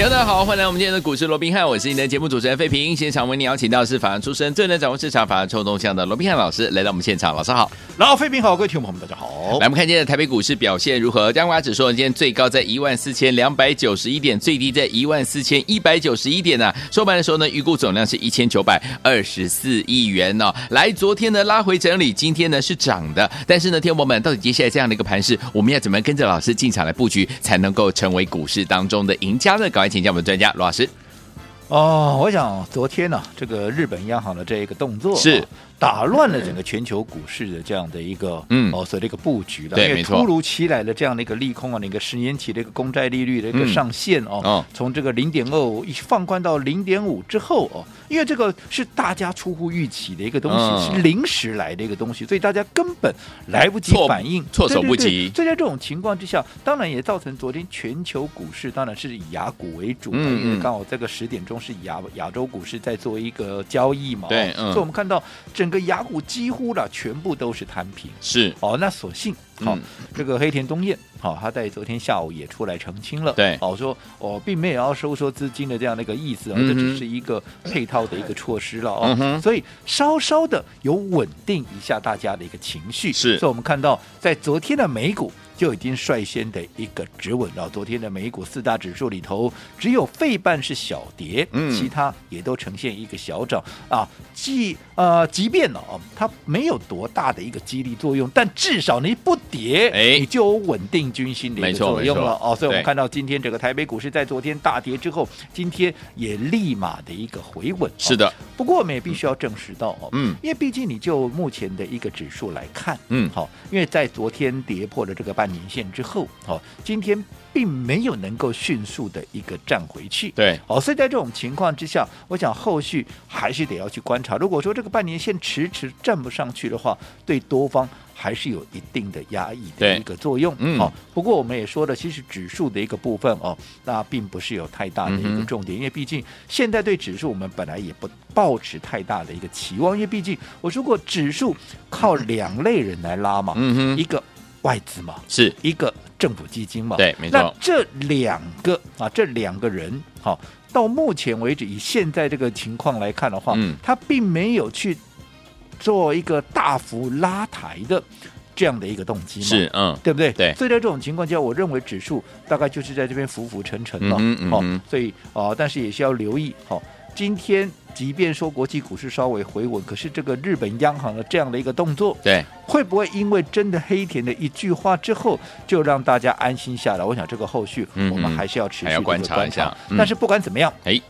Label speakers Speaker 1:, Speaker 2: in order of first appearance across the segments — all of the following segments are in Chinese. Speaker 1: 大家好，欢迎来我们今天的股市罗宾汉，我是你的节目主持人费平。现场为你邀请到是法案出身、最能掌握市场法案臭动向的罗宾汉老师来到我们现场，老师好。
Speaker 2: 老费平好，各位听众朋友们，大家好
Speaker 1: 来，。我们看今天的台北股市表现如何？加权指数呢今天最高在一万四千两百九十一点，最低在一万四千一百九十一点呢、收盘的时候呢，预估总量是一千九百二十四亿元哦。来，昨天呢拉回整理，今天呢是涨的，但是呢，天友们，到底接下来这样的一个盘势，我们要怎么样跟着老师进场来布局，才能够成为股市当中的赢家呢？赶快请教我们专家罗老师。
Speaker 2: 哦，我想昨天呢、这个日本央行的这一个动作、
Speaker 1: 是
Speaker 2: 打乱了整个全球股市的这样的一个
Speaker 1: 嗯
Speaker 2: 哦，所谓的一个布局的，
Speaker 1: 对
Speaker 2: 因
Speaker 1: 没
Speaker 2: 为
Speaker 1: 错
Speaker 2: 突如其来的这样的一个利空啊，那个十年期的一个公债利率的一个
Speaker 1: 嗯
Speaker 2: 上限哦，
Speaker 1: 哦
Speaker 2: 从这个零点二五一放宽到零点五之后哦，因为这个是大家出乎预期的一个东西，
Speaker 1: 嗯
Speaker 2: 是临时来的一个东西，所以大家根本来不及
Speaker 1: 措
Speaker 2: 反应，
Speaker 1: 措手
Speaker 2: 对
Speaker 1: 不
Speaker 2: 对对
Speaker 1: 及
Speaker 2: 所以在这种情况之下，当然也造成昨天全球股市当然是以雅股为主，嘛，
Speaker 1: 嗯
Speaker 2: 因
Speaker 1: 嗯
Speaker 2: 为刚好这个十点钟是亚亚洲股市在做一个交易嘛，
Speaker 1: 对
Speaker 2: 哦
Speaker 1: 嗯
Speaker 2: 所以我们看到整个雅股几乎啦全部都是摊平。
Speaker 1: 是
Speaker 2: 哦，那所幸好、
Speaker 1: 嗯
Speaker 2: 这个黑田东彦，好、他在昨天下午也出来澄清了，
Speaker 1: 对
Speaker 2: 好、说哦，并没有要收缩资金的这样的一个意思啊、哦，
Speaker 1: 嗯
Speaker 2: 这
Speaker 1: 哼
Speaker 2: 只是一个配套的一个措施了哦
Speaker 1: 嗯，哼
Speaker 2: 所以稍稍的有稳定一下大家的一个情绪，
Speaker 1: 是
Speaker 2: 所以我们看到在昨天的美股。就已经率先的一个止稳了。昨天的美股四大指数里头，只有费半是小跌，
Speaker 1: 嗯
Speaker 2: 其它也都呈现一个小涨啊。即呃，即便呢、哦，它没有多大的一个激励作用，但至少你不跌，
Speaker 1: 哎
Speaker 2: 你就有稳定军心的
Speaker 1: 没
Speaker 2: 一个
Speaker 1: 错
Speaker 2: 作用
Speaker 1: 没错
Speaker 2: 了哦。所以我们
Speaker 1: 对
Speaker 2: 看到今天整个台北股市在昨天大跌之后，今天也立马的一个回稳。
Speaker 1: 是的
Speaker 2: 哦，不过我们也必须要证实到哦，
Speaker 1: 嗯
Speaker 2: 因为毕竟你就目前的一个指数来看，
Speaker 1: 嗯
Speaker 2: 好、因为在昨天跌破了这个半年线之后，哦，今天并没有能够迅速的一个站回去，
Speaker 1: 对，
Speaker 2: 哦，所以在这种情况之下，我想后续还是得要去观察。如果说这个半年线迟迟站不上去的话，对多方还是有一定的压抑的
Speaker 1: 对
Speaker 2: 一个作用。
Speaker 1: 嗯
Speaker 2: 哦，不过我们也说了，其实指数的一个部分哦，那并不是有太大的一
Speaker 1: 嗯
Speaker 2: 个
Speaker 1: 哼
Speaker 2: 重点，因为毕竟现在对指数我们本来也不抱持太大的一个期望，因为毕竟我说过，指数靠两类人来拉嘛，
Speaker 1: 嗯哼
Speaker 2: 一个外资嘛，
Speaker 1: 是
Speaker 2: 一个政府基金嘛，
Speaker 1: 对没错
Speaker 2: 那这两个啊，这两个人好、到目前为止，以现在这个情况来看的话，
Speaker 1: 嗯
Speaker 2: 他并没有去做一个大幅拉抬的这样的一个动机嘛，
Speaker 1: 是，嗯，
Speaker 2: 对不对？
Speaker 1: 对
Speaker 2: 所以在这种情况下，我认为指数大概就是在这边浮浮沉沉了。
Speaker 1: 嗯哼嗯哼
Speaker 2: 哦，所以哦，但是也是要留意哦。今天即便说国际股市稍微回稳，可是这个日本央行的这样的一个动作，
Speaker 1: 对，
Speaker 2: 会不会因为真的黑田的一句话之后，就让大家安心下来？我想这个后续
Speaker 1: 嗯嗯
Speaker 2: 我们还是要持续
Speaker 1: 还
Speaker 2: 地
Speaker 1: 要
Speaker 2: 去
Speaker 1: 观
Speaker 2: 观
Speaker 1: 察
Speaker 2: 察
Speaker 1: 一下嗯
Speaker 2: 但是不管怎么样，
Speaker 1: 哎，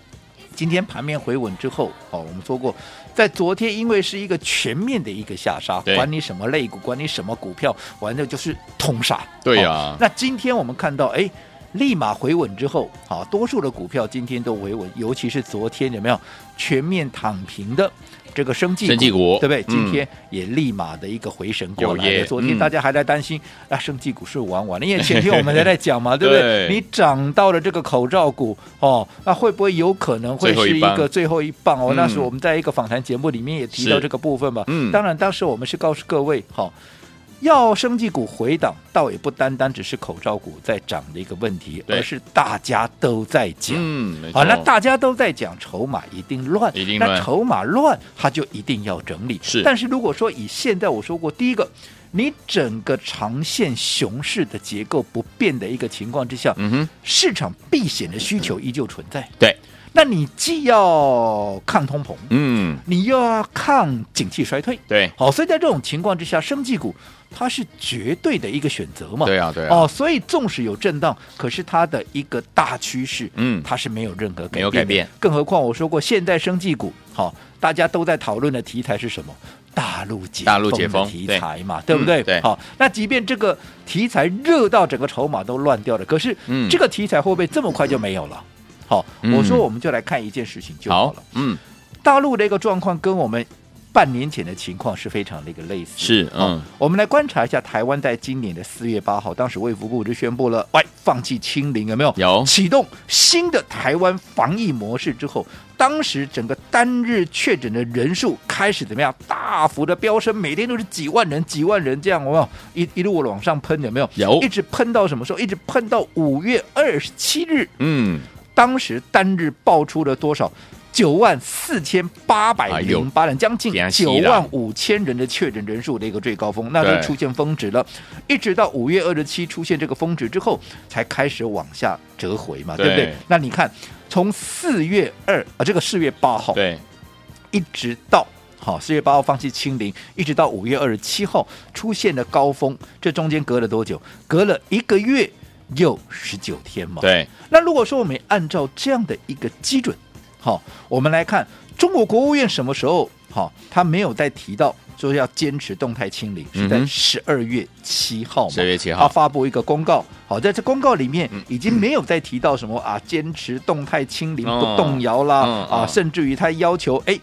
Speaker 2: 今天盘面回稳之后，哦，我们说过，在昨天因为是一个全面的一个下杀，
Speaker 1: 对
Speaker 2: 管你什么类股，管你什么股票，完了就是通杀。
Speaker 1: 对啊呀
Speaker 2: 哦那今天我们看到，哎。立马回稳之后，好，多数的股票今天都回稳，尤其是昨天有没有全面躺平的这个生技
Speaker 1: 生技股
Speaker 2: 对不对？今
Speaker 1: 嗯
Speaker 2: 天也立马的一个回神过来
Speaker 1: 有耶
Speaker 2: 了。昨天大家还在担心，那、啊、生技股是玩完了，因为前天我们还在讲嘛，对
Speaker 1: 嗯
Speaker 2: 不
Speaker 1: 对
Speaker 2: 对？你涨到了这个口罩股哦，那会不会有可能会
Speaker 1: 最后一
Speaker 2: 是一
Speaker 1: 棒
Speaker 2: 个最后一棒哦？
Speaker 1: 嗯
Speaker 2: 那时候我们在一个访谈节目里面也提到
Speaker 1: 是
Speaker 2: 这个部分嘛。
Speaker 1: 嗯
Speaker 2: 当然当时我们是告诉各位，好、要生技股回档，倒也不单单只是口罩股在涨的一个问题，
Speaker 1: 对
Speaker 2: 而是大家都在讲。
Speaker 1: 嗯，没错
Speaker 2: 好，那大家都在讲筹码一定乱，
Speaker 1: 一定乱
Speaker 2: 那筹码乱，它就一定要整理。
Speaker 1: 是
Speaker 2: 但是如果说以现在我说过，第一个，你整个长线熊市的结构不变的一个情况之下，
Speaker 1: 嗯哼，
Speaker 2: 市场避险的需求依旧存在。
Speaker 1: 对，
Speaker 2: 那你既要抗通膨，
Speaker 1: 嗯，
Speaker 2: 你又要抗景气衰退，
Speaker 1: 对，
Speaker 2: 好，所以在这种情况之下，生技股它是绝对的一个选择嘛。
Speaker 1: 对
Speaker 2: 啊。
Speaker 1: 啊，对啊，
Speaker 2: 哦，所以纵使有震荡，可是它的一个大趋势，
Speaker 1: 嗯
Speaker 2: 它是没有任何改变的
Speaker 1: 没有改变。
Speaker 2: 更何况我说过，现在生技股，好、大家都在讨论的题材是什么？大陆解
Speaker 1: 大陆解封
Speaker 2: 的题材嘛，对不对？
Speaker 1: 嗯对
Speaker 2: 好，那即便这个题材热到整个筹码都乱掉了，可是
Speaker 1: 嗯
Speaker 2: 这个题材会不会这么快就没有了？好，
Speaker 1: 嗯
Speaker 2: 我说我们就来看一件事情就好
Speaker 1: 好
Speaker 2: 了。，
Speaker 1: 嗯，
Speaker 2: 大陆的一个状况跟我们。半年前的情况是非常的一个类似的。
Speaker 1: 是嗯
Speaker 2: 哦我们来观察一下台湾在今年的四月八号，当时卫福部就宣布了，喂，放弃清零，有没有？
Speaker 1: 有
Speaker 2: 启动新的台湾防疫模式之后，当时整个单日确诊的人数开始怎么样？大幅的飙升，每天都是几万人、几万人这样，有没有？一一路往上喷，有没有？
Speaker 1: 有
Speaker 2: 一直喷到什么时候？一直喷到五月二十七日，
Speaker 1: 嗯，
Speaker 2: 当时单日爆出了多少？九万四千八百零八人，将近
Speaker 1: 惊死
Speaker 2: 九
Speaker 1: 人
Speaker 2: 万五千人的啊确诊人数的一个最高峰，那
Speaker 1: 对
Speaker 2: 就出现峰值了。一直到五月二十七出现这个峰值之后，才开始往下折回嘛，对不
Speaker 1: 对
Speaker 2: 对？那你看，从四月二啊，这个四月八号，
Speaker 1: 对，
Speaker 2: 一直到好四月八号放弃清零，一直到五月二十七号出现了高峰，这中间隔了多久？隔了一个月又十九天嘛。。
Speaker 1: 对，
Speaker 2: 那如果说我们按照这样的一个基准，好、我们来看中国国务院什么时候好、他没有再提到说要坚持动态清零，是
Speaker 1: 嗯
Speaker 2: 在
Speaker 1: 哼
Speaker 2: 十二月七号嘛？
Speaker 1: 12月7号
Speaker 2: 他发布一个公告。好，在这公告里面
Speaker 1: 嗯
Speaker 2: 已经没有再提到什么啊，坚持动态清零
Speaker 1: 哦
Speaker 2: 不动摇啦，
Speaker 1: 嗯
Speaker 2: 啊，
Speaker 1: 嗯
Speaker 2: 甚至于他要求哎。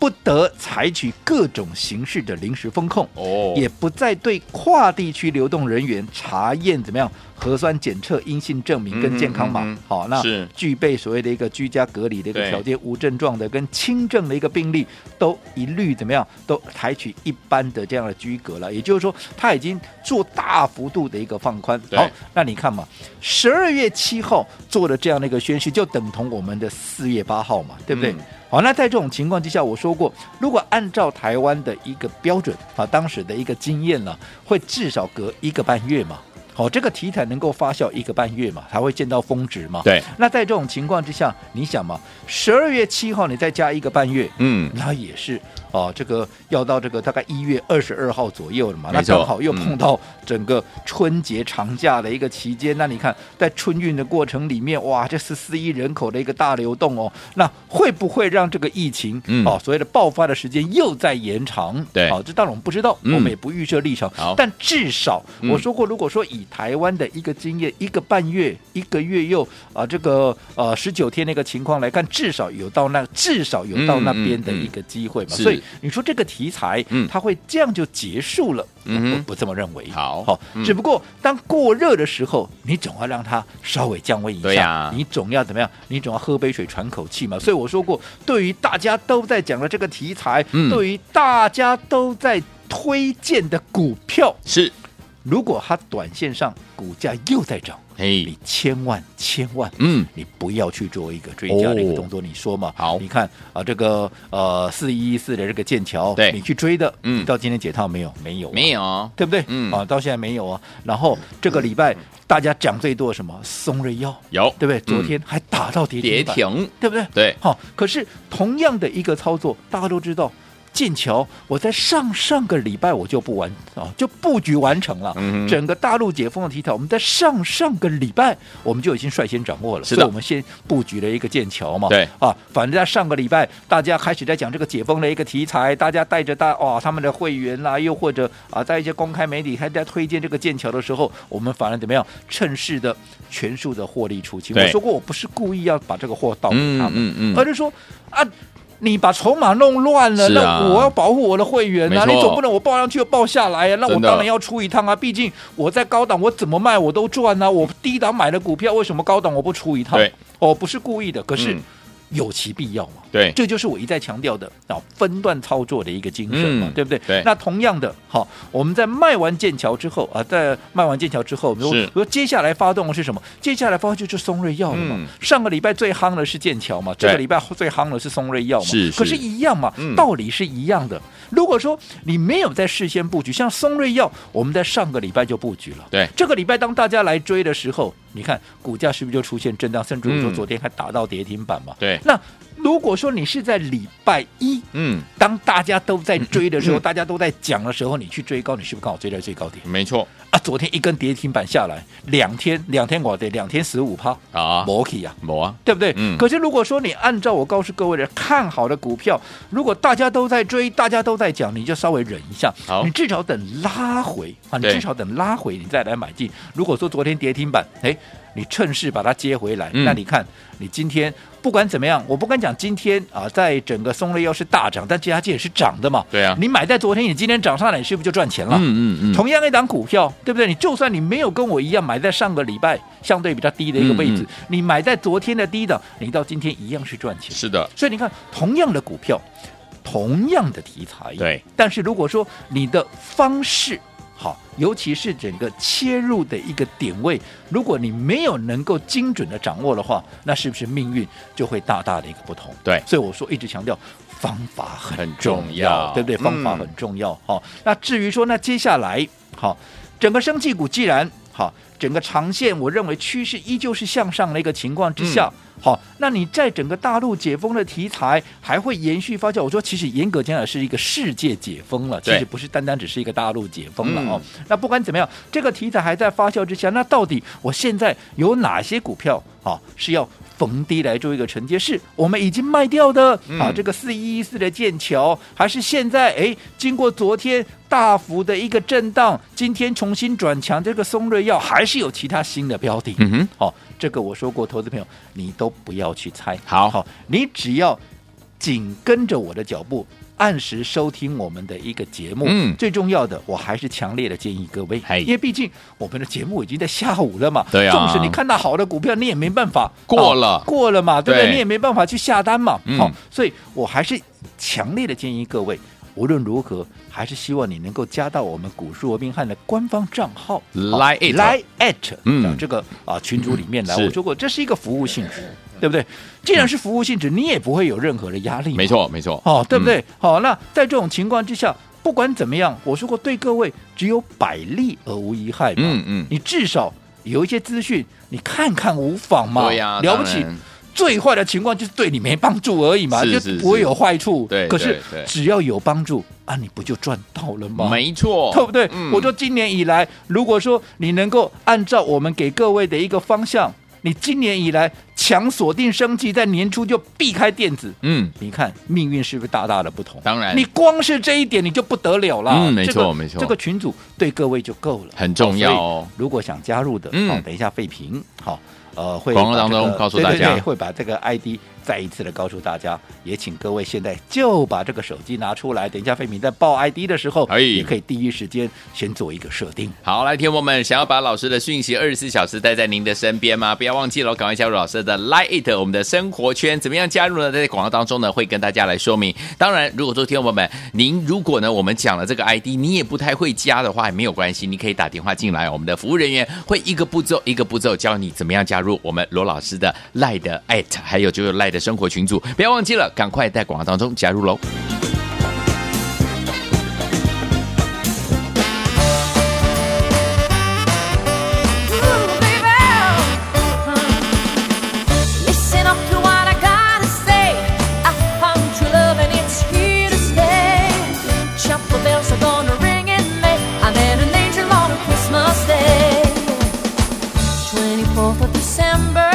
Speaker 2: 不得采取各种形式的临时风控，
Speaker 1: 哦
Speaker 2: 也不再对跨地区流动人员查验怎么样核酸检测阴性证
Speaker 1: 嗯
Speaker 2: 明
Speaker 1: 哼
Speaker 2: 跟健康码。
Speaker 1: 嗯哼
Speaker 2: 好，那
Speaker 1: 是
Speaker 2: 具备所谓的一个居家隔离的一个
Speaker 1: 对
Speaker 2: 条件，无症状的跟轻症的一个病例都一律怎么样，都采取一般的这样的居隔了。也就是说，他已经做大幅度的一个放宽。
Speaker 1: 对
Speaker 2: 好，那你看嘛，十二月七号做的这样的一个宣誓，就等同我们的四月八号嘛，对不对？
Speaker 1: 嗯
Speaker 2: 好，那在这种情况之下，我说过，如果按照台湾的一个标准啊，当时的一个经验呢，会至少隔一个半月嘛。好，这个题材能够发酵一个半月嘛，才会见到峰值嘛。。
Speaker 1: 对，
Speaker 2: 那在这种情况之下，你想嘛，十二月七号你再加一个半月，
Speaker 1: 嗯，
Speaker 2: 那也是哦，这个要到这个大概一月二十二号左右了嘛，那
Speaker 1: 没错
Speaker 2: 刚好又碰到整个春节长假的一个期间，那你看在春运的过程里面，哇，这十四亿人口的一个大流动哦，那会不会让这个疫情、
Speaker 1: 嗯
Speaker 2: 哦所谓的爆发的时间又在延长？
Speaker 1: 对
Speaker 2: 好、这当然我们不知道，
Speaker 1: 嗯
Speaker 2: 我们也不预设立场，
Speaker 1: 好
Speaker 2: 但至少
Speaker 1: 嗯
Speaker 2: 我说过，如果说以台湾的一个经验，一个半月、一个月又啊、这个呃十九天的一个情况来看，至少有到那至少有到那
Speaker 1: 嗯嗯
Speaker 2: 边的
Speaker 1: 嗯
Speaker 2: 一个机会。嘛
Speaker 1: 是
Speaker 2: 所以你说这个题材，
Speaker 1: 嗯
Speaker 2: 它会这样就结束了？
Speaker 1: 嗯哼
Speaker 2: 我不这么认为。
Speaker 1: 好
Speaker 2: 好
Speaker 1: 嗯，
Speaker 2: 只不过当过热的时候，你总要让它稍微降温一
Speaker 1: 对呀
Speaker 2: 下，你总要怎么样？你总要喝杯水喘口气嘛。所以我说过，对于大家都在讲的这个题材
Speaker 1: 嗯，
Speaker 2: 对于大家都在推荐的股票，
Speaker 1: 是，
Speaker 2: 如果它短线上股价又在涨，
Speaker 1: 嘿
Speaker 2: 你，千万千万
Speaker 1: 嗯，
Speaker 2: 你不要去做一个追加的一
Speaker 1: 哦
Speaker 2: 个动作。你说嘛？
Speaker 1: 好
Speaker 2: 你看啊，这个呃四一一四的这个剑桥，
Speaker 1: 对
Speaker 2: 你去追的，
Speaker 1: 嗯
Speaker 2: 到今天解套没有？没有啊、
Speaker 1: 没有，
Speaker 2: 对不对？
Speaker 1: 嗯
Speaker 2: 啊，到现在没有啊。然后这个礼拜大家讲最多什么？松瑞药，
Speaker 1: 有，
Speaker 2: 对不对？
Speaker 1: 嗯
Speaker 2: 昨天还打到跌
Speaker 1: 跌
Speaker 2: 停板，
Speaker 1: 停，
Speaker 2: 对不对？
Speaker 1: 对，
Speaker 2: 好、可是同样的一个操作，大家都知道。剑桥，我在上上个礼拜我就不完啊，就布局完成了。
Speaker 1: 嗯哼
Speaker 2: 整个大陆解封的题材，我们在上上个礼拜我们就已经率先掌握了，
Speaker 1: 是的
Speaker 2: 所以我们先布局了一个剑桥嘛。
Speaker 1: 对
Speaker 2: 啊，反正在上个礼拜大家开始在讲这个解封的一个题材，大家带着大哇、他们的会员啦，又或者啊在一些公开媒体还在推荐这个剑桥的时候，我们反而怎么样趁势的全数的获利出清。
Speaker 1: 对
Speaker 2: 我说过我不是故意要把这个货倒给他
Speaker 1: 嗯
Speaker 2: 们，
Speaker 1: 嗯嗯，
Speaker 2: 而是说啊。你把筹码弄乱了，
Speaker 1: 是啊
Speaker 2: 那我要保护我的会员啊！
Speaker 1: 没错
Speaker 2: 你总不能我报上去又报下来啊！那我
Speaker 1: 真的
Speaker 2: 当然要出一趟啊！毕竟我在高档，我怎么卖我都赚啊！我低档买的股票，为什么高档我不出一趟？
Speaker 1: 对，
Speaker 2: 我不是故意的，可是
Speaker 1: 嗯
Speaker 2: 有其必要嘛。
Speaker 1: 对，
Speaker 2: 这就是我一再强调的啊，分段操作的一个精神嘛，
Speaker 1: 嗯
Speaker 2: 对不对？
Speaker 1: 对
Speaker 2: 那同样的，好，我们在卖完剑桥之后啊，在卖完剑桥之后，比如
Speaker 1: 是
Speaker 2: 比如接下来发动的是什么？接下来发动就是松瑞药了嘛。
Speaker 1: 嗯
Speaker 2: 上个礼拜最夯的是剑桥嘛，
Speaker 1: 对
Speaker 2: 这个礼拜最夯的是松瑞药嘛。
Speaker 1: 是
Speaker 2: 可是
Speaker 1: 是
Speaker 2: 一样嘛，
Speaker 1: 嗯
Speaker 2: 道理是一样的。如果说你没有在事先布局，像松瑞药，我们在上个礼拜就布局了。
Speaker 1: 对
Speaker 2: 这个礼拜当大家来追的时候，你看股价是不是就出现震荡，甚至我说
Speaker 1: 嗯
Speaker 2: 昨天还打到跌停板嘛？
Speaker 1: 对，
Speaker 2: 那如果说你是在礼拜一，
Speaker 1: 嗯，
Speaker 2: 当大家都在追的时候，大家都在讲的时候，你去追高，你是不是刚好追在最高点
Speaker 1: 没错
Speaker 2: 啊？昨天一根跌停板下来，两天两天我得两天十五趴，
Speaker 1: 啊，
Speaker 2: 摩 k 呀。
Speaker 1: 某啊，
Speaker 2: 对不对？
Speaker 1: 嗯
Speaker 2: 可是如果说你按照我告诉各位的看好的股票，如果大家都在追，大家都在讲，你就稍微忍一下
Speaker 1: 好，
Speaker 2: 你至少等拉回啊，你
Speaker 1: 对
Speaker 2: 至少等拉回，你再来买进。如果说昨天跌停板，哎，你趁势把它接回来。
Speaker 1: 嗯
Speaker 2: 那你看，你今天不管怎么样，我不敢讲今天啊，在整个松类药是大涨，但其他这也是涨的嘛。
Speaker 1: 对啊
Speaker 2: 你买在昨天，你今天涨上来，你是不是就赚钱了？
Speaker 1: 嗯嗯嗯
Speaker 2: 同样一档股票，对不对？你就算你没有跟我一样买在上个礼拜相对比较低的一个位置，
Speaker 1: 嗯嗯
Speaker 2: 你买在昨天的低档，你到今天一样是赚钱。
Speaker 1: 是的，
Speaker 2: 所以你看，同样的股票，同样的题材，
Speaker 1: 对，
Speaker 2: 但是如果说你的方式好，尤其是整个切入的一个点位，如果你没有能够精准的掌握的话，那是不是命运就会大大的一个不同？
Speaker 1: 对
Speaker 2: 所以我说一直强调。方法很
Speaker 1: 很
Speaker 2: 重
Speaker 1: 重
Speaker 2: 要，
Speaker 1: 要
Speaker 2: 对不对？方法
Speaker 1: 嗯
Speaker 2: 很重要。好、那至于说，那接下来好，整个生技股既然好，整个长线我认为趋势依旧是向上的一个情况之
Speaker 1: 嗯
Speaker 2: 下，好，那你在整个大陆解封的题材还会延续发酵。我说，其实严格讲来是一个世界解封了，其
Speaker 1: 对
Speaker 2: 实不是单单只是一个大陆解封了
Speaker 1: 嗯
Speaker 2: 哦。那不管怎么样，这个题材还在发酵之下，那到底我现在有哪些股票啊是要逢低来做一个承接？是我们已经卖掉的、啊
Speaker 1: 嗯，
Speaker 2: 这个四一一四的剑桥，还是现在哎经过昨天大幅的一个震荡，今天重新转强，这个松瑞药还是有其他新的标的？
Speaker 1: 嗯哼，
Speaker 2: 哦，这个我说过，投资朋友你都不要去猜。
Speaker 1: 好
Speaker 2: 好，你只要紧跟着我的脚步，按时收听我们的一个节目。
Speaker 1: 嗯
Speaker 2: 最重要的，我还是强烈的建议各位
Speaker 1: 嗨，
Speaker 2: 因为毕竟我们的节目已经在下午了嘛。
Speaker 1: 对啊
Speaker 2: 纵使你看到好的股票，你也没办法
Speaker 1: 过了
Speaker 2: 啊过了嘛，对不对？
Speaker 1: 对
Speaker 2: 你也没办法去下单嘛。好、
Speaker 1: 嗯
Speaker 2: 所以我还是强烈的建议各位。无论如何，还是希望你能够加到我们股市罗宾汉的官方账号好
Speaker 1: Line it
Speaker 2: Line at，
Speaker 1: 嗯
Speaker 2: 嗯，这个啊群组里面来，
Speaker 1: 是
Speaker 2: 我说过，这是一个服务性质，对不对？既然是服务性质，你也不会有任何的压力嘛，
Speaker 1: 没嗯错没错，
Speaker 2: 哦，对不对？好、那在这种情况之下，不管怎么样，我说过，对各位只有百利而无一害嘛，
Speaker 1: 嗯？嗯嗯，
Speaker 2: 你至少有一些资讯，你看看无妨嘛，
Speaker 1: 对呀
Speaker 2: 了不
Speaker 1: 当
Speaker 2: 起
Speaker 1: 然。
Speaker 2: 最坏的情况就是对你没帮助而已嘛，
Speaker 1: 是
Speaker 2: 就是不会
Speaker 1: 是
Speaker 2: 有坏处。
Speaker 1: 对
Speaker 2: 可是
Speaker 1: 对对
Speaker 2: 只要有帮助啊，你不就赚到了吗？
Speaker 1: 没错，
Speaker 2: 对不对？
Speaker 1: 嗯
Speaker 2: 我说今年以来，如果说你能够按照我们给各位的一个方向，你今年以来强锁定升级，在年初就避开电子。
Speaker 1: 嗯，
Speaker 2: 你看命运是不是大大的不同？
Speaker 1: 当然
Speaker 2: 你光是这一点你就不得了了。
Speaker 1: 嗯没错
Speaker 2: 这个
Speaker 1: 没错
Speaker 2: 这个群组对各位就够了，
Speaker 1: 很重要哦
Speaker 2: 所以如果想加入的，
Speaker 1: 嗯
Speaker 2: 好，等一下费评，好，呃，会
Speaker 1: 广告当
Speaker 2: 把这个
Speaker 1: 中告诉
Speaker 2: 对
Speaker 1: 大
Speaker 2: 对
Speaker 1: 家
Speaker 2: 对会把这个 ID 再一次的告诉大家，也请各位现在就把这个手机拿出来，等一下费评在报 ID 的时候，
Speaker 1: 哎
Speaker 2: 也可以第一时间先做一个设定。
Speaker 1: 好，来，听我们想要把老师的讯息二十四小时带在您的身边吗？不要忘记了，赶快加入老师的 Like It 我们的生活圈。怎么样加入呢？在广告当中呢，会跟大家来说明。当然，如果说听众朋友们，您如果呢我们讲了这个 ID，你也不太会加的话，也没有关系，你可以打电话进来，我们的服务人员会一个步骤一个步骤教你怎么样加入我们罗老师的 Like 的 at，还有就是 Like 的生活群组。不要忘记了，赶快在广告当中加入喽。
Speaker 3: Listen up to what I gotta say. I found true love and it's here to stay. Chapel bells are gonna ring in May. I met an angel on a Christmas day. 24th of December.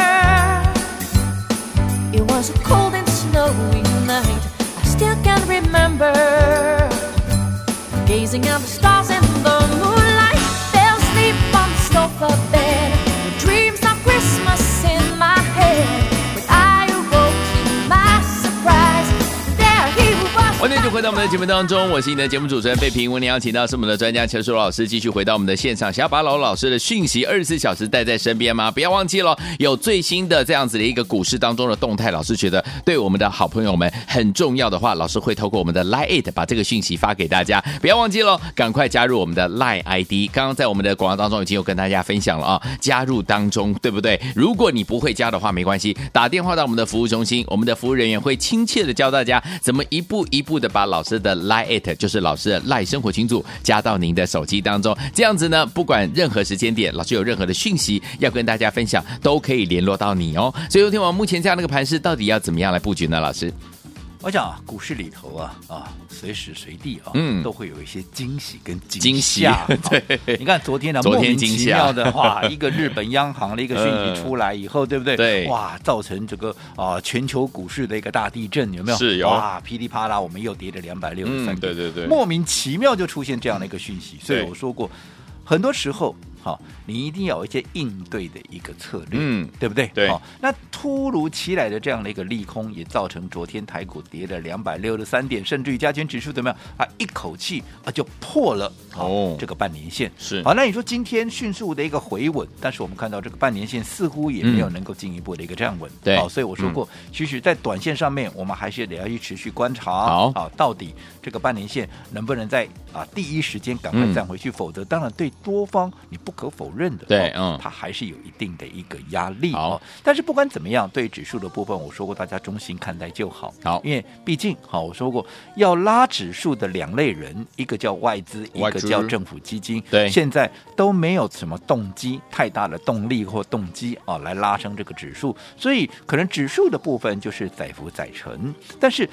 Speaker 3: It was a cold and snowy night. I still can remember gazing at the stars in the moonlight. Fell asleep on the sofa bed with dreams of Christmas in my head. But I awoke to my surprise. There he was.
Speaker 1: 欢迎就回到我们的节目当中，我是你的节目主持人费平。为您邀请到是我们的专家陈淑罗老师，继续回到我们的现场。想要把老老师的讯息二十四小时带在身边吗？不要忘记了，有最新的这样子的一个股市当中的动态，老师觉得对我们的好朋友们很重要的话，老师会透过我们的 Line It 把这个讯息发给大家。不要忘记了，赶快加入我们的 Line ID。刚刚在我们的广告当中已经有跟大家分享了啊，加入当中对不对？如果你不会加的话，没关系，打电话到我们的服务中心，我们的服务人员会亲切的教大家怎么一步一步的把老师的 Line It，就是老师的 Line 生活群组加到您的手机当中。这样子呢，不管任何时间点，老师有任何的讯息要跟大家分享，都可以联络到你哦。所以，昨天我们目前这样的一个盘势，到底要怎么样来布局呢？老师，
Speaker 2: 我想啊，股市里头啊啊，随时随地啊，
Speaker 1: 嗯
Speaker 2: 都会有一些惊喜跟惊
Speaker 1: 惊喜
Speaker 2: 吓啊。 你看昨天呢、
Speaker 1: 昨天
Speaker 2: 莫名
Speaker 1: 惊
Speaker 2: 其
Speaker 1: 吓
Speaker 2: 妙的 哇，一个日本央行的一个讯息
Speaker 1: 嗯
Speaker 2: 出来以后，对不对？
Speaker 1: 对
Speaker 2: 哇，造成这个啊、全球股市的一个大地震，有没有？
Speaker 1: 是有
Speaker 2: 哇，噼里啪啦，我们又跌了两百六十三
Speaker 1: 嗯对对对
Speaker 2: 莫名其妙就出现这样的一个讯息，所以
Speaker 1: 对
Speaker 2: 我说过，很多时候。好，你一定要有一些应对的一个策略，
Speaker 1: 嗯
Speaker 2: 对不对？
Speaker 1: 对
Speaker 2: 好，那突如其来的这样的一个利空，也造成昨天台股跌了两百六十三点，甚至于加权指数怎么样啊？一口气啊就破了好
Speaker 1: 哦
Speaker 2: 这个半年线
Speaker 1: 是
Speaker 2: 好，那你说今天迅速的一个回稳，但是我们看到这个半年线似乎也没有能够进一步的一个站稳，
Speaker 1: 嗯对嗯
Speaker 2: 好，所以我说过，其实在短线上面，我们还是得要去持续观察，
Speaker 1: 好
Speaker 2: 啊，到底这个半年线能不能在啊第一时间赶快
Speaker 1: 嗯
Speaker 2: 站回去，否则当然对多方你不可否认的，
Speaker 1: 对
Speaker 2: 哦
Speaker 1: 嗯
Speaker 2: 它还是有一定的一个压力。
Speaker 1: 好
Speaker 2: 哦，但是不管怎么样，对指数的部分，我说过大家中性看待就好，
Speaker 1: 好
Speaker 2: 因为毕竟好，我说过要拉指数的两类人，一个叫外资，一
Speaker 1: 外
Speaker 2: 个
Speaker 1: 资
Speaker 2: 叫政府基金，
Speaker 1: 对
Speaker 2: 现在都没有什么动机太大的动力或动机啊，来拉升这个指数，所以可能指数的部分就是载浮载沉，但是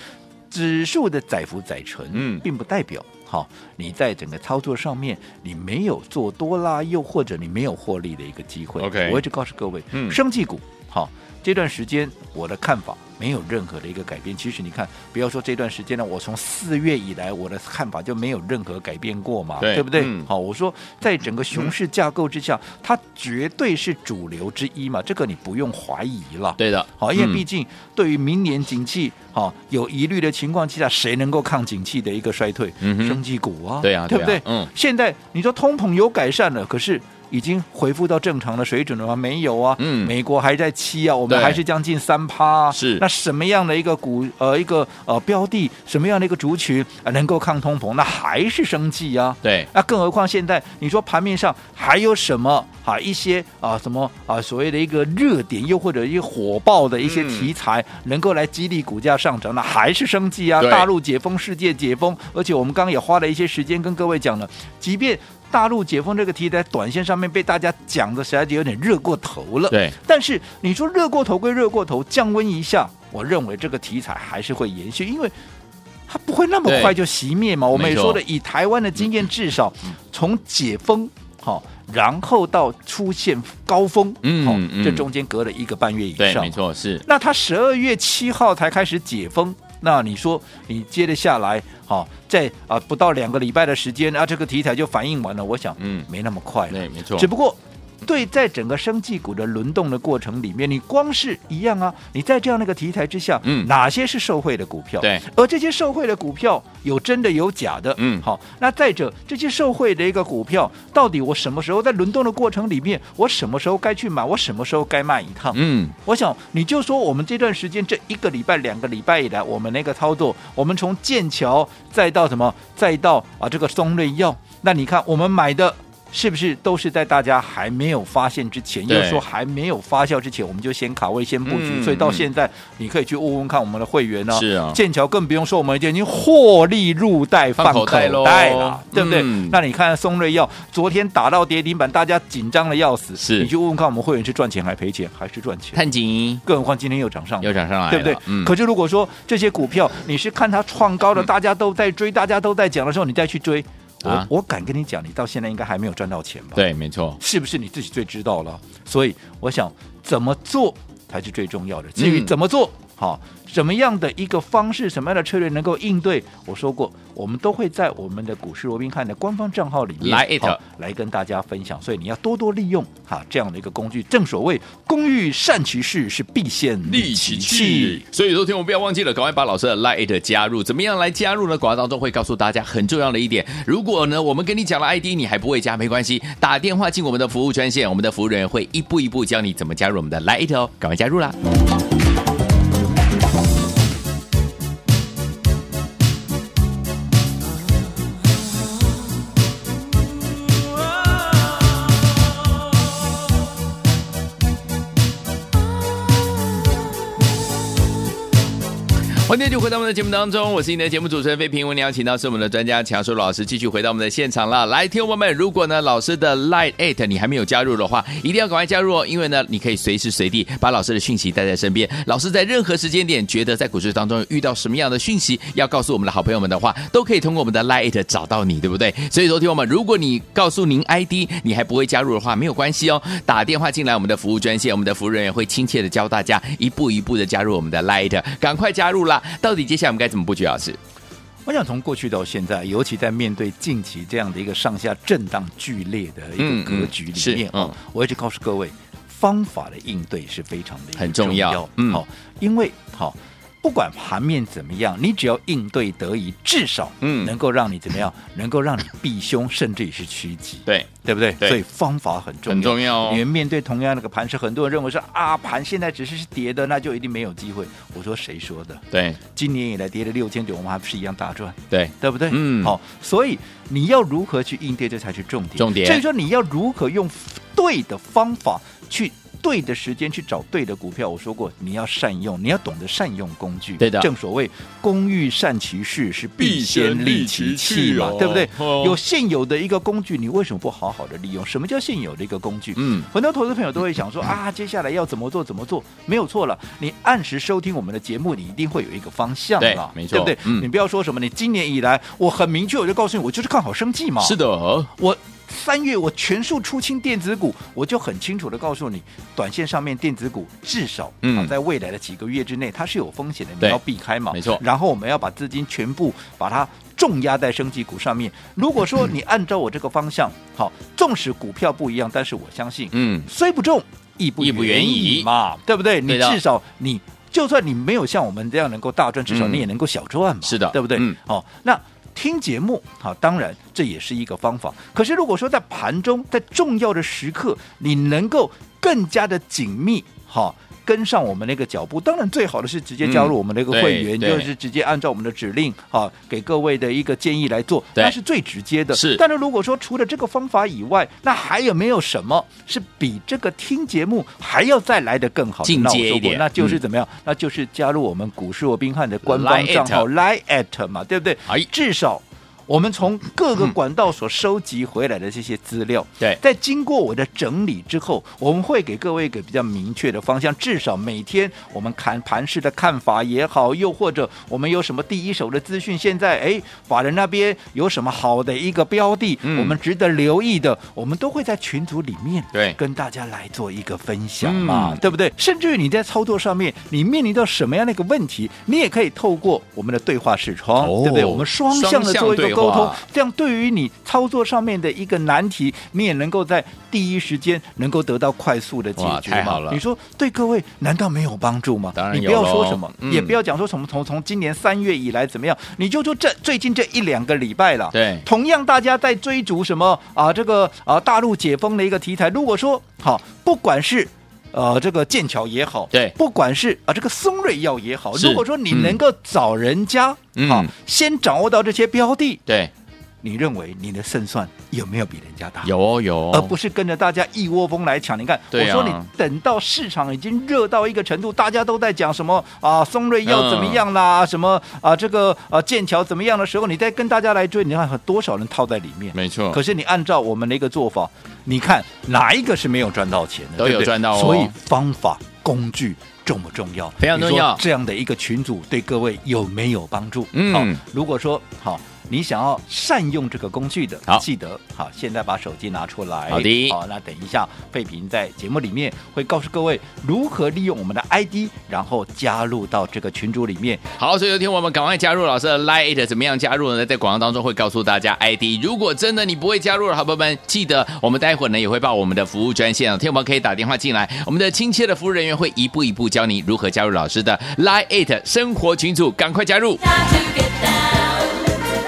Speaker 2: 指数的载浮载沉，
Speaker 1: 嗯
Speaker 2: 并不代表。好，你在整个操作上面，你没有做多啦，又或者你没有获利的一个机会。
Speaker 1: OK
Speaker 2: 我一直告诉各位，
Speaker 1: 嗯
Speaker 2: 生技股好，这段时间我的看法没有任何的一个改变。其实你看，不要说这段时间呢，我从四月以来我的看法就没有任何改变过嘛，
Speaker 1: 对
Speaker 2: 不对？
Speaker 1: 嗯
Speaker 2: 好，我说在整个熊市架构之下，它绝对是主流之一嘛，这个你不用怀疑了。
Speaker 1: 对的，
Speaker 2: 好，因为
Speaker 1: 嗯
Speaker 2: 毕竟对于明年景气好、有疑虑的情况之下，谁能够抗景气的一个衰退？
Speaker 1: 嗯哼
Speaker 2: 生技股啊，
Speaker 1: 对啊
Speaker 2: 对不
Speaker 1: 对
Speaker 2: 对
Speaker 1: 啊？嗯
Speaker 2: 现在你说通膨有改善了，可是。已经恢复到正常的水准了吗？没有啊，
Speaker 1: 嗯
Speaker 2: 美国还在七啊，我们
Speaker 1: 对
Speaker 2: 还是将近三趴、啊。
Speaker 1: 是
Speaker 2: 那什么样的一个股呃一个呃标的，什么样的一个族群、啊能够抗通膨？那还是生计啊。
Speaker 1: 对，
Speaker 2: 那更何况现在你说盘面上还有什么啊？一些啊什么啊所谓的一个热点，又或者一个火爆的一些题材，能够来激励股价上涨，那还是生计啊！
Speaker 1: 嗯对
Speaker 2: 大陆解封，世界解封，而且我们刚刚也花了一些时间跟各位讲了，即便。大陆解封这个题材，短线上面被大家讲的实在就有点热过头了。
Speaker 1: 对，
Speaker 2: 但是你说热过头归热过头，降温一下，我认为这个题材还是会延续，因为它不会那么
Speaker 1: 对
Speaker 2: 快就熄灭嘛。我们也
Speaker 1: 没错嗯
Speaker 2: 说了，以台湾的经验，至少从解封好、然后到出现高峰，
Speaker 1: 嗯
Speaker 2: 好
Speaker 1: 嗯
Speaker 2: 这中间隔了一个半月以
Speaker 1: 对，
Speaker 2: 上
Speaker 1: 没。错，是
Speaker 2: 那他十二月七号才开始解封，那你说你接着下来，好、在啊不到两个礼拜的时间啊，这个题材就反应完了，我想，
Speaker 1: 嗯
Speaker 2: 没那么快了。
Speaker 1: 对，没错
Speaker 2: 只，不过对在整个生技股的轮动的过程里面，你光是一样啊，你在这样的一个题材之下，
Speaker 1: 嗯
Speaker 2: 哪些是受惠的股票？
Speaker 1: 对，
Speaker 2: 而这些受惠的股票有真的有假的，
Speaker 1: 嗯
Speaker 2: 好，那再者这些受惠的一个股票，到底我什么时候在轮动的过程里面，我什么时候该去买，我什么时候该卖一趟？
Speaker 1: 嗯，
Speaker 2: 我想你就说我们这段时间这一个礼拜、两个礼拜以来，我们那个操作，我们从剑桥再到什么，再到啊这个松瑞药，那你看我们买的。是不是都是在大家还没有发现之前，
Speaker 1: 对
Speaker 2: 又说还没有发酵之前，我们就先卡位、先布局？
Speaker 1: 嗯
Speaker 2: 所以到
Speaker 1: 嗯
Speaker 2: 现在，你可以去问问看我们的会员呢、
Speaker 1: 是啊
Speaker 2: 剑桥更不用说，我们已经获利入袋
Speaker 1: 放
Speaker 2: 放
Speaker 1: 口
Speaker 2: 口
Speaker 1: 袋
Speaker 2: 袋
Speaker 1: 咯
Speaker 2: 了，对不对？
Speaker 1: 嗯
Speaker 2: 那你看松瑞药昨天打到跌停板，大家紧张的要死。
Speaker 1: 是
Speaker 2: 你去问问看我们会员是赚钱还赔钱，还是赚钱？
Speaker 1: 探景
Speaker 2: 更何况今天又涨上来
Speaker 1: 又涨上来了，
Speaker 2: 对不对？
Speaker 1: 嗯，
Speaker 2: 可是如果说这些股票你是看它创高的，大家都在追，大家都在讲的时候，你再去追，我、
Speaker 1: 啊
Speaker 2: 我敢跟你讲，你到现在应该还没有赚到钱吧？，
Speaker 1: 对，没错，
Speaker 2: 是不是你自己最知道了？所以我想怎么做才是最重要的。至于
Speaker 1: 嗯
Speaker 2: 怎么做，好、什么样的一个方式，什么样的策略能够应对？我说过，我们都会在我们的股市罗宾汉的官方账号里面
Speaker 1: 来 it
Speaker 2: 好来跟大家分享。所以你要多多利用哈这样的一个工具。正所谓“工欲善其事，是必先
Speaker 1: 利其器。所以昨天我们不要忘记了，赶快把老师的 Lite 加入。怎么样来加入呢？广告当中会告诉大家很重要的一点。如果呢，我们跟你讲了 ID，你还不会加，没关系，打电话进我们的服务专线，我们的服务人员会一步一步教你怎么加入我们的 Lite 哦，赶快加入啦！欢迎继续回到我们的节目当中，我是你的节目主持人费平。我们邀请到是我们的专家强叔老师，继续回到我们的现场了。来，听众朋友们，如果呢老师的 Line at 你还没有加入的话，一定要赶快加入哦，因为呢你可以随时随地把老师的讯息带在身边。老师在任何时间点觉得在股市当中遇到什么样的讯息要告诉我们的好朋友们的话，都可以通过我们的 Line at 找到你，对不对？所以，昨天我们如果你告诉您 ID，你还不会加入的话，没有关系哦，打电话进来我们的服务专线，我们的服务人员会亲切的教大家一步一步的加入我们的 Line at，赶快加入啦！到底接下来我们该怎么布局，老师？啊
Speaker 2: 我想从过去到现在，尤其在面对近期这样的一个上下震荡剧烈的一
Speaker 1: 嗯
Speaker 2: 个格局
Speaker 1: 嗯是
Speaker 2: 里面啊、
Speaker 1: 嗯
Speaker 2: 我一直告诉各位，方法的应对是非常的
Speaker 1: 很重要嗯
Speaker 2: 好、因为好、不管盘面怎么样，你只要应对得宜，至少
Speaker 1: 嗯
Speaker 2: 能够让你怎么 样，能够让你避凶，甚至于是趋吉。
Speaker 1: 对，
Speaker 2: 对不对？
Speaker 1: 对
Speaker 2: 所以方法很重要，
Speaker 1: 很重要哦
Speaker 2: 因为面对同样的个盘势，很多人认为是啊，盘现在只是是跌的，那就一定没有机会。我说谁说的？
Speaker 1: 对，
Speaker 2: 今年以来跌了六千九，我们还不是一样大赚？
Speaker 1: 对，
Speaker 2: 对不对？
Speaker 1: 嗯
Speaker 2: 好、所以你要如何去应对，这才是重点。
Speaker 1: 重点
Speaker 2: 所以说你要如何用对的方法去。对的时间去找对的股票，我说过你要善用，你要懂得善用工具。
Speaker 1: 对的
Speaker 2: 正所谓“工欲善其事，是必先利其器”嘛，
Speaker 1: 必先利其器哦
Speaker 2: 对不对？
Speaker 1: 哦
Speaker 2: 有现有的一个工具，你为什么不好好的利用？什么叫现有的一个工具？
Speaker 1: 嗯
Speaker 2: 很多投资朋友都会想说啊，接下来要怎么做？怎么做？没有错了，你按时收听我们的节目，你一定会有一个方向
Speaker 1: 对
Speaker 2: 了，
Speaker 1: 没
Speaker 2: 对
Speaker 1: 错
Speaker 2: 不对？
Speaker 1: 嗯
Speaker 2: 你不要说什么，你今年以来，我很明确，我就告诉你，我就是看好生计嘛。
Speaker 1: 是，的哦，
Speaker 2: 我三月我全数出清电子股，我就很清楚的告诉你，短线上面电子股至少
Speaker 1: 嗯
Speaker 2: 啊，在未来的几个月之内，它是有风险的，
Speaker 1: 对
Speaker 2: 你要避开嘛。
Speaker 1: 没错
Speaker 2: 然后我们要把资金全部把它重压在升级股上面。如果说你按照我这个方向，好，纵使股票不一样，但是我相信，
Speaker 1: 嗯，
Speaker 2: 虽不中，亦不
Speaker 1: 亦不
Speaker 2: 远
Speaker 1: 远矣
Speaker 2: 嘛，对不对？你
Speaker 1: 对的
Speaker 2: 至少你就算你没有像我们这样能够大赚，至少
Speaker 1: 嗯
Speaker 2: 你也能够小赚嘛，
Speaker 1: 是的
Speaker 2: 对不对？
Speaker 1: 嗯
Speaker 2: 哦，那。听节目好，当然这也是一个方法。可是如果说在盘中，在重要的时刻，你能够更加的紧密哈、好跟上我们那个脚步，当然最好的是直接加入
Speaker 1: 嗯
Speaker 2: 我们的一个
Speaker 1: 对
Speaker 2: 会员，
Speaker 1: 对
Speaker 2: 就是直接按照我们的指令哈、给各位的一个建议来做，
Speaker 1: 对
Speaker 2: 那是最直接的。
Speaker 1: 是
Speaker 2: 但是如果说除了这个方法以外，那还有没有什么是比这个听节目还要再来的更好的？
Speaker 1: 进
Speaker 2: 那我
Speaker 1: 阶
Speaker 2: 说
Speaker 1: 一
Speaker 2: 过
Speaker 1: 点
Speaker 2: 那就
Speaker 1: 嗯
Speaker 2: 是怎么样？那就是加入我们股市罗宾汉的官方
Speaker 1: Line
Speaker 2: 账号
Speaker 1: at
Speaker 2: Line at 嘛，对不对？
Speaker 1: 哎
Speaker 2: 至少。我们从各个管道所收集回来的这些资料，
Speaker 1: 嗯对
Speaker 2: 在经过我的整理之后，我们会给各位一个比较明确的方向。至少每天我们看盘市的看法也好，又或者我们有什么第一手的资讯，现在哎，法人那边有什么好的一个标的，
Speaker 1: 嗯
Speaker 2: 我们值得留意的，我们都会在群组里面
Speaker 1: 对
Speaker 2: 跟大家来做一个分享嘛，
Speaker 1: 嗯
Speaker 2: 对不对？甚至于你在操作上面，你面临到什么样的一个问题，你也可以透过我们的对话视窗，
Speaker 1: 哦
Speaker 2: 对不对？我们双向的做一个
Speaker 1: 双向
Speaker 2: 沟
Speaker 1: 对
Speaker 2: 通
Speaker 1: 话，
Speaker 2: 这样对于你操作上面的一个难题，你也能够在第一时间能够得到快速的解
Speaker 1: 哇
Speaker 2: 决
Speaker 1: 太
Speaker 2: 嘛
Speaker 1: 好了
Speaker 2: 你说对各位难道没有帮助吗？
Speaker 1: 当然
Speaker 2: 你不要
Speaker 1: 有
Speaker 2: 说
Speaker 1: 喽
Speaker 2: 什么，
Speaker 1: 嗯
Speaker 2: 也不要讲说什么从从今年三月以来怎么样，你就说这最近这一两个礼拜了，
Speaker 1: 对
Speaker 2: 同样大家在追逐什么啊？这个啊，大陆解封的一个题材。如果说好，不管是呃这个剑桥也好，
Speaker 1: 对
Speaker 2: 不管是啊这个松瑞药也好，
Speaker 1: 是
Speaker 2: 如果说你
Speaker 1: 嗯
Speaker 2: 能够找人家、
Speaker 1: 嗯
Speaker 2: 好先掌握到这些标的，
Speaker 1: 对，
Speaker 2: 你认为你的胜算有没有比人家大？
Speaker 1: 有哦有哦，
Speaker 2: 而不是跟着大家一窝蜂来抢。你看，
Speaker 1: 对啊
Speaker 2: 我说你等到市场已经热到一个程度，大家都在讲什么啊，松瑞要怎么样
Speaker 1: 嗯
Speaker 2: 啦，什么啊，这个啊剑桥怎么样的时候，你再跟大家来追，你看有多少人套在里面。
Speaker 1: 没错，
Speaker 2: 可是你按照我们的一个做法，你看哪一个是没有赚到钱的？
Speaker 1: 都有
Speaker 2: 对不对
Speaker 1: 赚到哦
Speaker 2: 所以方法工具。重不重要？
Speaker 1: 非常重要
Speaker 2: 你说这样的一个群组对各位有没有帮助？
Speaker 1: 嗯
Speaker 2: 好，如果说好，你想要善用这个工具的，
Speaker 1: 好
Speaker 2: 记得好，现在把手机拿出来。
Speaker 1: 好的
Speaker 2: 好，那等一下，费平在节目里面会告诉各位如何利用我们的 ID，然后加入到这个群组里面。
Speaker 1: 好，所以有天我们赶快加入老师的 Lite，怎么样加入呢？在广告当中会告诉大家 ID。如果真的你不会加入的好朋友们，记得我们待会儿呢也会报我们的服务专线哦，听我们可以打电话进来，我们的亲切的服务人员会一步一步教你如何加入老师的 Lite 生活群组，赶快加入。
Speaker 3: Time to get down.